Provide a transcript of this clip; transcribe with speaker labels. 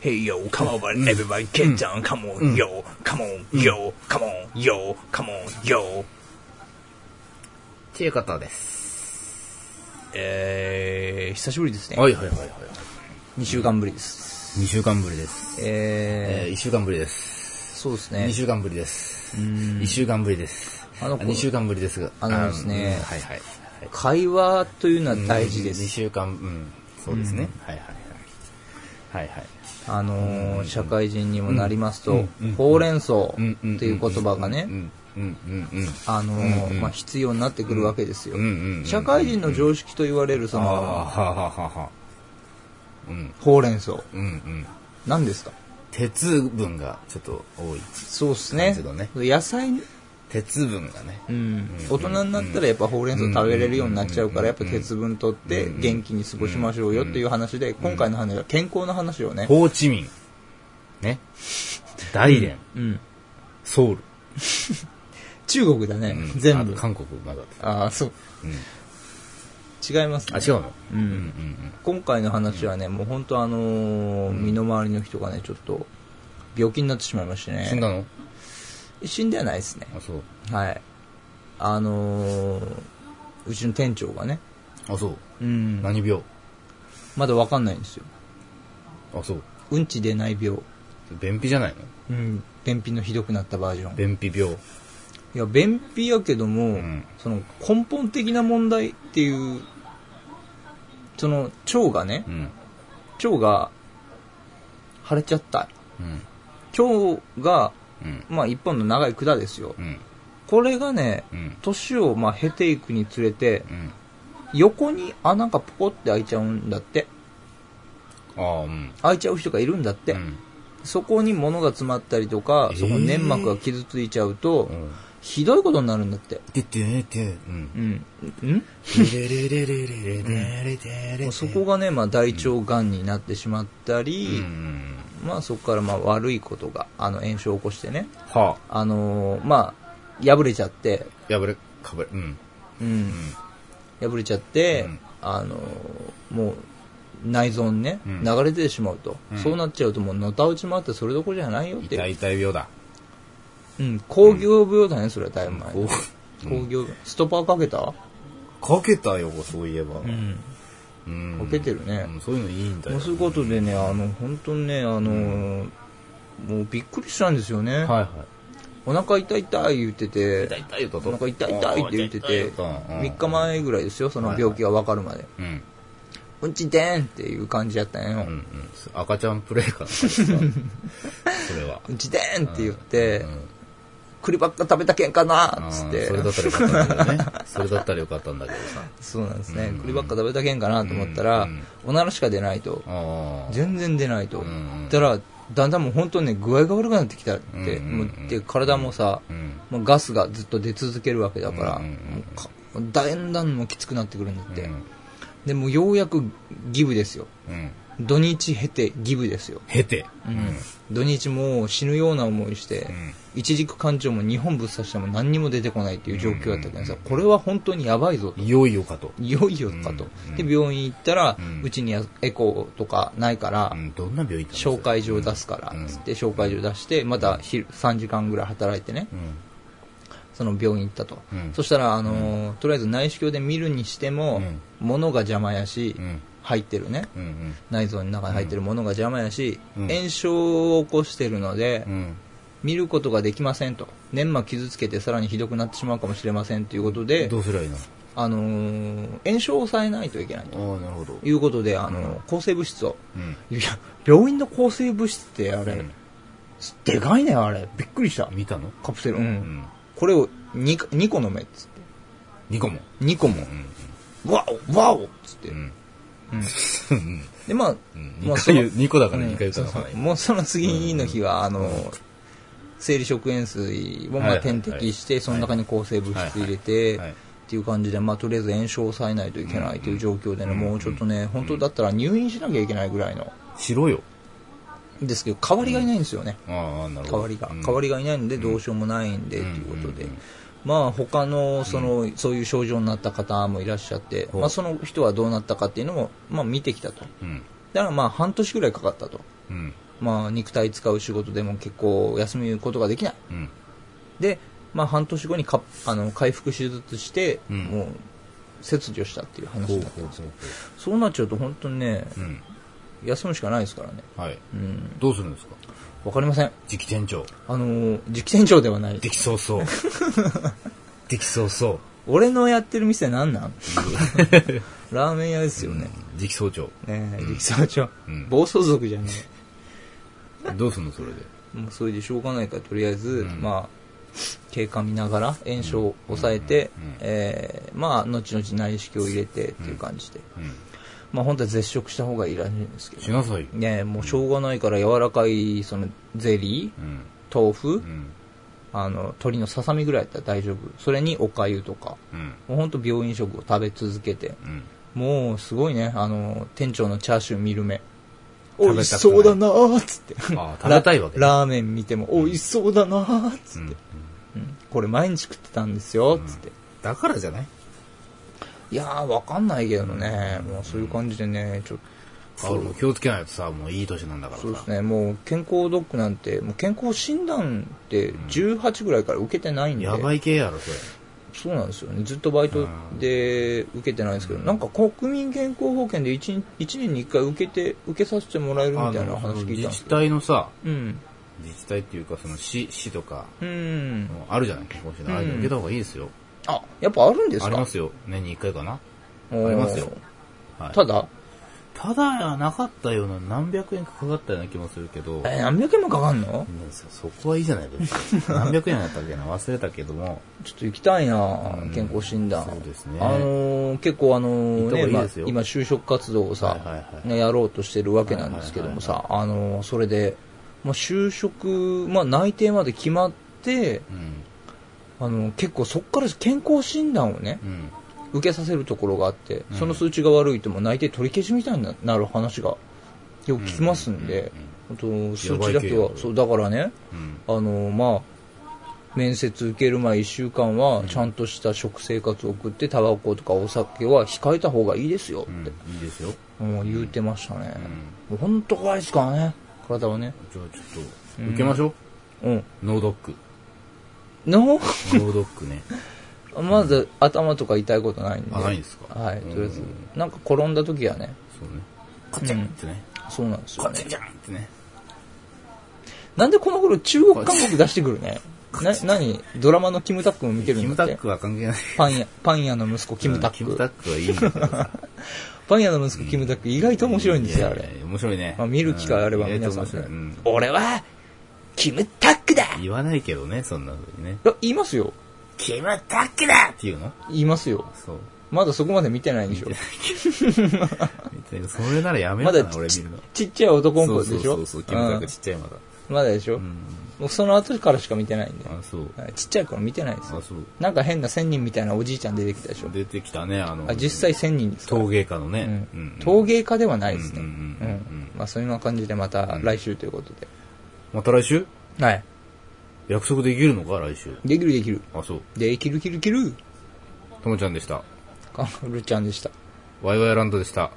Speaker 1: Hey yo, come on, everybody get down, come on, yo, come on, yo, come on, yo, come on, yo.
Speaker 2: ていうことです。
Speaker 1: えー、久しぶりですね。
Speaker 2: はいはいはいはい。
Speaker 1: 2週間ぶりです。
Speaker 2: 2週間ぶりです。
Speaker 1: え
Speaker 2: えー、1週間ぶりです。
Speaker 1: ー、そうです
Speaker 2: 2
Speaker 1: ね。
Speaker 2: 週間ぶりです。1週間ぶりです。
Speaker 1: あ
Speaker 2: あ
Speaker 1: の
Speaker 2: の
Speaker 1: 子
Speaker 2: 2週間ぶりですが。
Speaker 1: あのですね
Speaker 2: うんはいはい。
Speaker 1: 会話というのは大事で
Speaker 2: 2
Speaker 1: す。
Speaker 2: 週間、うん。そうですね。はいはいはい。はいはい。
Speaker 1: あのー、社会人にもなりますと、ほうれん草っていう言葉が
Speaker 2: う
Speaker 1: ね、
Speaker 2: んうんうんうん。
Speaker 1: あのー、まあ必要になってくるわけですよ
Speaker 2: うんうんう。ん
Speaker 1: 社会人の常識と言われるそ
Speaker 2: ああ、
Speaker 1: の、
Speaker 2: はあはあはあはあ。うん
Speaker 1: ほうれん草。
Speaker 2: うんうん。
Speaker 1: 何ですか
Speaker 2: 鉄分がちょっと多い。
Speaker 1: そうです
Speaker 2: な
Speaker 1: ね
Speaker 2: るほどね。
Speaker 1: 野菜、
Speaker 2: 鉄分がね。
Speaker 1: うん、大人になったらやっぱほうれん草食べれるようになっちゃうからやっぱ鉄分取って元気に過ごしましょうよっていう話で今回の話は健康の話をね、
Speaker 2: ホーチミン。ね。大連。
Speaker 1: うん、
Speaker 2: ソウル。
Speaker 1: 中国だね、
Speaker 2: うん
Speaker 1: 全部
Speaker 2: あ韓国まだ。
Speaker 1: ああそう
Speaker 2: うん。
Speaker 1: 違います
Speaker 2: あ、
Speaker 1: ね
Speaker 2: 違うの
Speaker 1: う
Speaker 2: うん
Speaker 1: ん、
Speaker 2: うん
Speaker 1: 今回の話はねもう本当あのー身の回りの人がねちょっと病気になってしまいまして
Speaker 2: うん。死ん
Speaker 1: ね
Speaker 2: だの
Speaker 1: 死んではないですね
Speaker 2: あ、そう。
Speaker 1: はいあのーうちの店長がね、
Speaker 2: あ、そう。
Speaker 1: うん、
Speaker 2: 何病
Speaker 1: まだわかんないんですよ
Speaker 2: あ、そう。
Speaker 1: うんち出ない病
Speaker 2: 便秘じゃないの
Speaker 1: うん、便秘のひどくなったバージョン。
Speaker 2: 便秘病。
Speaker 1: いや、便秘やけども、
Speaker 2: ん
Speaker 1: その根本的な問題っていう、その腸がね
Speaker 2: う、ん。
Speaker 1: 腸が腫れちゃった。
Speaker 2: うん。
Speaker 1: 腸が、
Speaker 2: うん。
Speaker 1: まあ一本の長い管ですよ
Speaker 2: う。ん。
Speaker 1: これがね
Speaker 2: うん、
Speaker 1: 年をまあ経ていくにつれて、
Speaker 2: うん。
Speaker 1: 横に穴がポコって開いちゃうんだって。
Speaker 2: ああ、うん。
Speaker 1: 開いちゃう人がいるんだって。
Speaker 2: うん。
Speaker 1: そこに物が詰まったりとか、そこ粘膜が傷ついちゃうと、
Speaker 2: ん
Speaker 1: ひどいことになるんだって。
Speaker 2: てってねて。うん。
Speaker 1: うん。ん
Speaker 2: れれれれれれれれれ
Speaker 1: もうそこがね、まあ、大腸がんになってしまった
Speaker 2: うんう
Speaker 1: り、
Speaker 2: ん。
Speaker 1: まあ、そこからまあ悪いことがあの炎症を起こしてね、
Speaker 2: は
Speaker 1: あのーまあ、破れちゃって、
Speaker 2: あ。破れ、かぶれ。うん。
Speaker 1: うん破れちゃって、
Speaker 2: うん
Speaker 1: あのーもう内臓にね、
Speaker 2: うん
Speaker 1: 流れ出てしまうと、
Speaker 2: うん
Speaker 1: そうなっちゃうともうのたうち回ってそれどころじゃないよって
Speaker 2: 痛
Speaker 1: い、
Speaker 2: いう痛い病だ。
Speaker 1: うん、工業病だね、それはだいぶ前、
Speaker 2: こ
Speaker 1: 工業病ストッパーかけた、
Speaker 2: う、かけたよ、そういえば。
Speaker 1: うん、
Speaker 2: うん
Speaker 1: かけてるね
Speaker 2: うんそういうのいいんだ
Speaker 1: も
Speaker 2: よ。
Speaker 1: うそういうことでね、あの本当にね、あのーもうびっくりしたんですよね。
Speaker 2: はいは
Speaker 1: お腹痛い痛い言ってて、
Speaker 2: い。痛い痛いよと。
Speaker 1: お腹痛い痛いって言ってて、3日前ぐらいですよ、その病気が分かるまで。
Speaker 2: うん。
Speaker 1: うんちでーんっていう感じだったん
Speaker 2: うんう
Speaker 1: よ。
Speaker 2: ん、赤ちゃんプレイかなそれは。
Speaker 1: うんちでーんって言って
Speaker 2: う、ん
Speaker 1: 栗ばっか食べたけんかな
Speaker 2: あ
Speaker 1: っ
Speaker 2: ー
Speaker 1: つって。
Speaker 2: それだったらよかったんだけどね。それだったらよかったんだけどさ。
Speaker 1: そうなんですね
Speaker 2: うん。
Speaker 1: 栗ばっか食べたけんかなと思ったら、
Speaker 2: うん
Speaker 1: おならしか出ないと。
Speaker 2: あ
Speaker 1: 全然出ないと。
Speaker 2: ん
Speaker 1: だから、だんだんもう本当にね、具合が悪くなってきたって。
Speaker 2: うん
Speaker 1: もうで、体もさ、
Speaker 2: あ。うん。
Speaker 1: もうガスがずっと出続けるわけだから、
Speaker 2: うんうんうん
Speaker 1: もうかだんだんもうきつくなってくるんだって。
Speaker 2: うん
Speaker 1: でもうようやくギブですよ。
Speaker 2: うん。
Speaker 1: 土日経てギブですよ、
Speaker 2: 経て。
Speaker 1: 土日もう死ぬような思いして、
Speaker 2: ん
Speaker 1: 一軸館長も日本ぶっ刺しても何にも出てこないっていう状況だったけどさ、これは本当にやばいぞと。
Speaker 2: いよいよかと。
Speaker 1: いよいよかと。
Speaker 2: うん
Speaker 1: で、病院行ったら、
Speaker 2: うん
Speaker 1: うちにエコーとかないから、
Speaker 2: うんどんな病院行ったの
Speaker 1: 紹。介状出すから、
Speaker 2: うん
Speaker 1: つって紹介状出して、また昼3時間ぐらい働いてね、
Speaker 2: うん。
Speaker 1: その病院行ったと。
Speaker 2: うん
Speaker 1: そしたら、あのーとりあえず内視鏡で見るにしても、
Speaker 2: うん
Speaker 1: 物が邪魔やし、
Speaker 2: うん。
Speaker 1: 入ってるね、
Speaker 2: うん。
Speaker 1: 内臓の中に入ってるものが邪魔やし、
Speaker 2: うん
Speaker 1: 炎症を起こしているので、
Speaker 2: うん。
Speaker 1: 見ることができませんと粘膜傷つけてさらにひどくなってしまうかもしれませんということ
Speaker 2: うん。
Speaker 1: で
Speaker 2: ど、うすりゃいいの
Speaker 1: あのー炎症を抑えないといけないと
Speaker 2: ああ、なるほど。
Speaker 1: いうことで、あのー抗生物質を
Speaker 2: うん。
Speaker 1: いや病院の抗生物質ってあれ、
Speaker 2: うん
Speaker 1: でかいねあれびっくりした
Speaker 2: 見たの
Speaker 1: カプセル、うん
Speaker 2: うん。
Speaker 1: これを 2, 2個飲めっつって
Speaker 2: 2個も。
Speaker 1: 2個も、わおわおっつって、
Speaker 2: うん。
Speaker 1: うんでまあ、ま
Speaker 2: 2
Speaker 1: あそ
Speaker 2: 回
Speaker 1: の
Speaker 2: 言う、2個だから
Speaker 1: うん
Speaker 2: 2回歌わない。
Speaker 1: もうその次の日は、あの、生理食塩水をま
Speaker 2: は
Speaker 1: あ
Speaker 2: いはいはい
Speaker 1: 点滴して、その中に抗生物質入れて、
Speaker 2: はいはい
Speaker 1: っていう感じで、まあとりあえず炎症を抑えないといけないという状況でね、もうちょっとね、本当だったら入院しなきゃいけないぐらいの、
Speaker 2: しろよ。
Speaker 1: ですけど、代わりがいないんですよね。
Speaker 2: ああ、なる
Speaker 1: 代
Speaker 2: ほど。
Speaker 1: わりが
Speaker 2: うん。
Speaker 1: 代わりがいないんで、どうしようもないんで、と
Speaker 2: うん
Speaker 1: いうことで
Speaker 2: うん。
Speaker 1: まあ他の、その、そういう症状になった方もいらっしゃって、
Speaker 2: う
Speaker 1: まあその人はどうなったかっていうのも、まあ見てきたと。
Speaker 2: うん。
Speaker 1: だからまあ半年ぐらいかかったと。
Speaker 2: うん。
Speaker 1: まあ、肉体使う仕事でも結構休むことができない。
Speaker 2: うん。
Speaker 1: で、まあ、半年後にかあの回復手術して、
Speaker 2: うん
Speaker 1: もう切除したっていう話
Speaker 2: ほう
Speaker 1: になって
Speaker 2: ほう
Speaker 1: ま
Speaker 2: ほ
Speaker 1: す
Speaker 2: うほ
Speaker 1: そうなっちゃうと本当にね、
Speaker 2: う。うん。
Speaker 1: 休むしかないですからね
Speaker 2: はい。
Speaker 1: うん
Speaker 2: どうするんですか
Speaker 1: わかりません
Speaker 2: 次期店長。
Speaker 1: あのー直線上ではない
Speaker 2: できそう そう。できそうそう。
Speaker 1: 俺のやってる店なんなんっていう ラーメン屋ですよね、
Speaker 2: 次期総長。
Speaker 1: ねえ力沢町、
Speaker 2: うん
Speaker 1: 暴走族じゃね
Speaker 2: どうすんのそれで。
Speaker 1: えもうそれでしょうがないからとりあえず、
Speaker 2: ん
Speaker 1: まあ経過見ながら炎症を抑えて、
Speaker 2: うんうん
Speaker 1: えーまあ後々内視鏡を入れてっていう感じで、
Speaker 2: うん。
Speaker 1: まあ本当は絶食した方がいいらしいんですけど
Speaker 2: しなさいよ。
Speaker 1: ねえもうしょうがないから柔らかいそのゼリー
Speaker 2: うん。
Speaker 1: 豆腐
Speaker 2: うん。
Speaker 1: あの鶏のささみぐらいだったら大丈夫それにおかゆとか
Speaker 2: うん。
Speaker 1: もうほんと病院食を食べ続けて
Speaker 2: うん。
Speaker 1: もうすごいねあの店長のチャーシュー見る目美
Speaker 2: べたくない
Speaker 1: 味しそうだなーっつって
Speaker 2: あー食べたいわけね
Speaker 1: ララーメン見ても美味しそうだなーっつ
Speaker 2: う
Speaker 1: って、う
Speaker 2: ん。
Speaker 1: んこれ毎日食ってたんですよっつって、
Speaker 2: だからじゃない
Speaker 1: いやーわかんないけどねもうそういう感じでねちょっ
Speaker 2: あ
Speaker 1: と
Speaker 2: 俺も気をつけないとさ、もういい年なんだからさ。
Speaker 1: そうですね、もう健康ドックなんて、もう健康診断って18ぐらいから受けてないんで、
Speaker 2: やばい系やろ、それ。
Speaker 1: そうなんですよね、ずっとバイトで受けてないんですけど、なんか国民健康保険で 1, 一年に1回受けて受けさせてもらえるみたいな
Speaker 2: あの
Speaker 1: 話聞いたん
Speaker 2: 自
Speaker 1: です
Speaker 2: 治
Speaker 1: けど、
Speaker 2: 体のさ、
Speaker 1: うん、
Speaker 2: 自治体っていうか、その市、市とか、
Speaker 1: うん、
Speaker 2: あるじゃない健康診断。あれ
Speaker 1: うん
Speaker 2: 受けた方がいいですよ。
Speaker 1: あやっぱあるんです
Speaker 2: あ
Speaker 1: か
Speaker 2: りますよ。年に1回かな。
Speaker 1: おー
Speaker 2: ありますよはい。
Speaker 1: ただ、
Speaker 2: ただやなかったような何百円かかかったような気もするけど、
Speaker 1: えー何百円もかかんの
Speaker 2: ねそそこはいいじゃな いですか。何百円だったっけな忘れたけども、
Speaker 1: ちょっと行きたいな、
Speaker 2: うん
Speaker 1: 健康診断。
Speaker 2: そうですね
Speaker 1: あのー結構あのーね
Speaker 2: 行った方がいい
Speaker 1: まあ
Speaker 2: ですよ
Speaker 1: 今就職活動をさ、
Speaker 2: はいはいはい
Speaker 1: ねやろうとしてるわけなんですけどもさ、あのーそれで、まあ、就職、まあ、内定まで決まって、
Speaker 2: うん。
Speaker 1: あのー結構そこから健康診断をね
Speaker 2: う、ん。
Speaker 1: 受けさせるところがあって、
Speaker 2: うん
Speaker 1: その数値が悪いともう内定取り消しみたいになる話がよく聞きますんで、本当数値だけ
Speaker 2: やばい
Speaker 1: は
Speaker 2: け、ど
Speaker 1: そう、だからね、
Speaker 2: うん。
Speaker 1: あのまあ面接受ける前1週間はちゃんとした食生活を送ってタバコとかお酒は控えた方がいいですよ
Speaker 2: うん。
Speaker 1: っ
Speaker 2: う
Speaker 1: て
Speaker 2: ん、いいですよ。
Speaker 1: もう言うてましたね、もう本当怖いですからね体はね
Speaker 2: じゃあちょっと、受けましょう。
Speaker 1: うん
Speaker 2: ノードック。
Speaker 1: の
Speaker 2: ノードッ クね。
Speaker 1: まず頭とか痛いことないんで
Speaker 2: あ、ないんですか
Speaker 1: はいとりあえず
Speaker 2: うん
Speaker 1: なんか転んだ時はね
Speaker 2: そうね。カチャンってね。
Speaker 1: そうなんですよ
Speaker 2: カ
Speaker 1: ね
Speaker 2: チャンってね。
Speaker 1: なんでこの頃中国韓国出してくるねな何ドラマのキムタックも見てる
Speaker 2: キ
Speaker 1: ん
Speaker 2: ム
Speaker 1: だ
Speaker 2: タ
Speaker 1: って
Speaker 2: ックは関係ない。
Speaker 1: パン屋パン屋の息子キムタック
Speaker 2: キムタックはいいんだけどさ。
Speaker 1: パン屋の息子キムタック意外と面白いんですよあれ
Speaker 2: やいや。面白いね。
Speaker 1: まあ、見る機会あれば
Speaker 2: うん意
Speaker 1: 皆
Speaker 2: 外と
Speaker 1: さん
Speaker 2: 面
Speaker 1: ね、
Speaker 2: 白いうん
Speaker 1: 俺は、キムタックだい
Speaker 2: 言わないけどね、そんな風にね。
Speaker 1: や、言いますよ。
Speaker 2: キムタックだっていうの
Speaker 1: 言いますよ。
Speaker 2: そう。
Speaker 1: まだそこまで見てないんでしょ。
Speaker 2: みたいなそれならやめよ
Speaker 1: ま
Speaker 2: うか
Speaker 1: だ
Speaker 2: な、
Speaker 1: ち
Speaker 2: 俺見るの。
Speaker 1: ちっちゃい男の
Speaker 2: そ
Speaker 1: 子
Speaker 2: うそう
Speaker 1: でしょ
Speaker 2: そうそう、キムタックちっちゃいまだ。
Speaker 1: うんまだでしょ、
Speaker 2: うん。
Speaker 1: もうその後からしか見てないんで。
Speaker 2: あ、そう。
Speaker 1: はいちっちゃい頃見てないです
Speaker 2: あ、
Speaker 1: よ。
Speaker 2: そう。
Speaker 1: なんか変な仙人みたいなおじいちゃん出てきたでしょ。
Speaker 2: 出てきたね、あの
Speaker 1: あ、、実際仙人ですから
Speaker 2: 陶芸家の
Speaker 1: う
Speaker 2: ね
Speaker 1: ん。陶
Speaker 2: 芸
Speaker 1: 芸家ではないですね。
Speaker 2: う
Speaker 1: うん
Speaker 2: うん
Speaker 1: ん
Speaker 2: うんうん
Speaker 1: まあそんな感じでまた来週ということで。
Speaker 2: また来週
Speaker 1: はい。
Speaker 2: 約束できるのか、来週。
Speaker 1: できるできる。
Speaker 2: あ、そう。
Speaker 1: できるきるきる。
Speaker 2: ともちゃんでした。
Speaker 1: カンフルちゃんでした。
Speaker 2: ワイワイランドでした。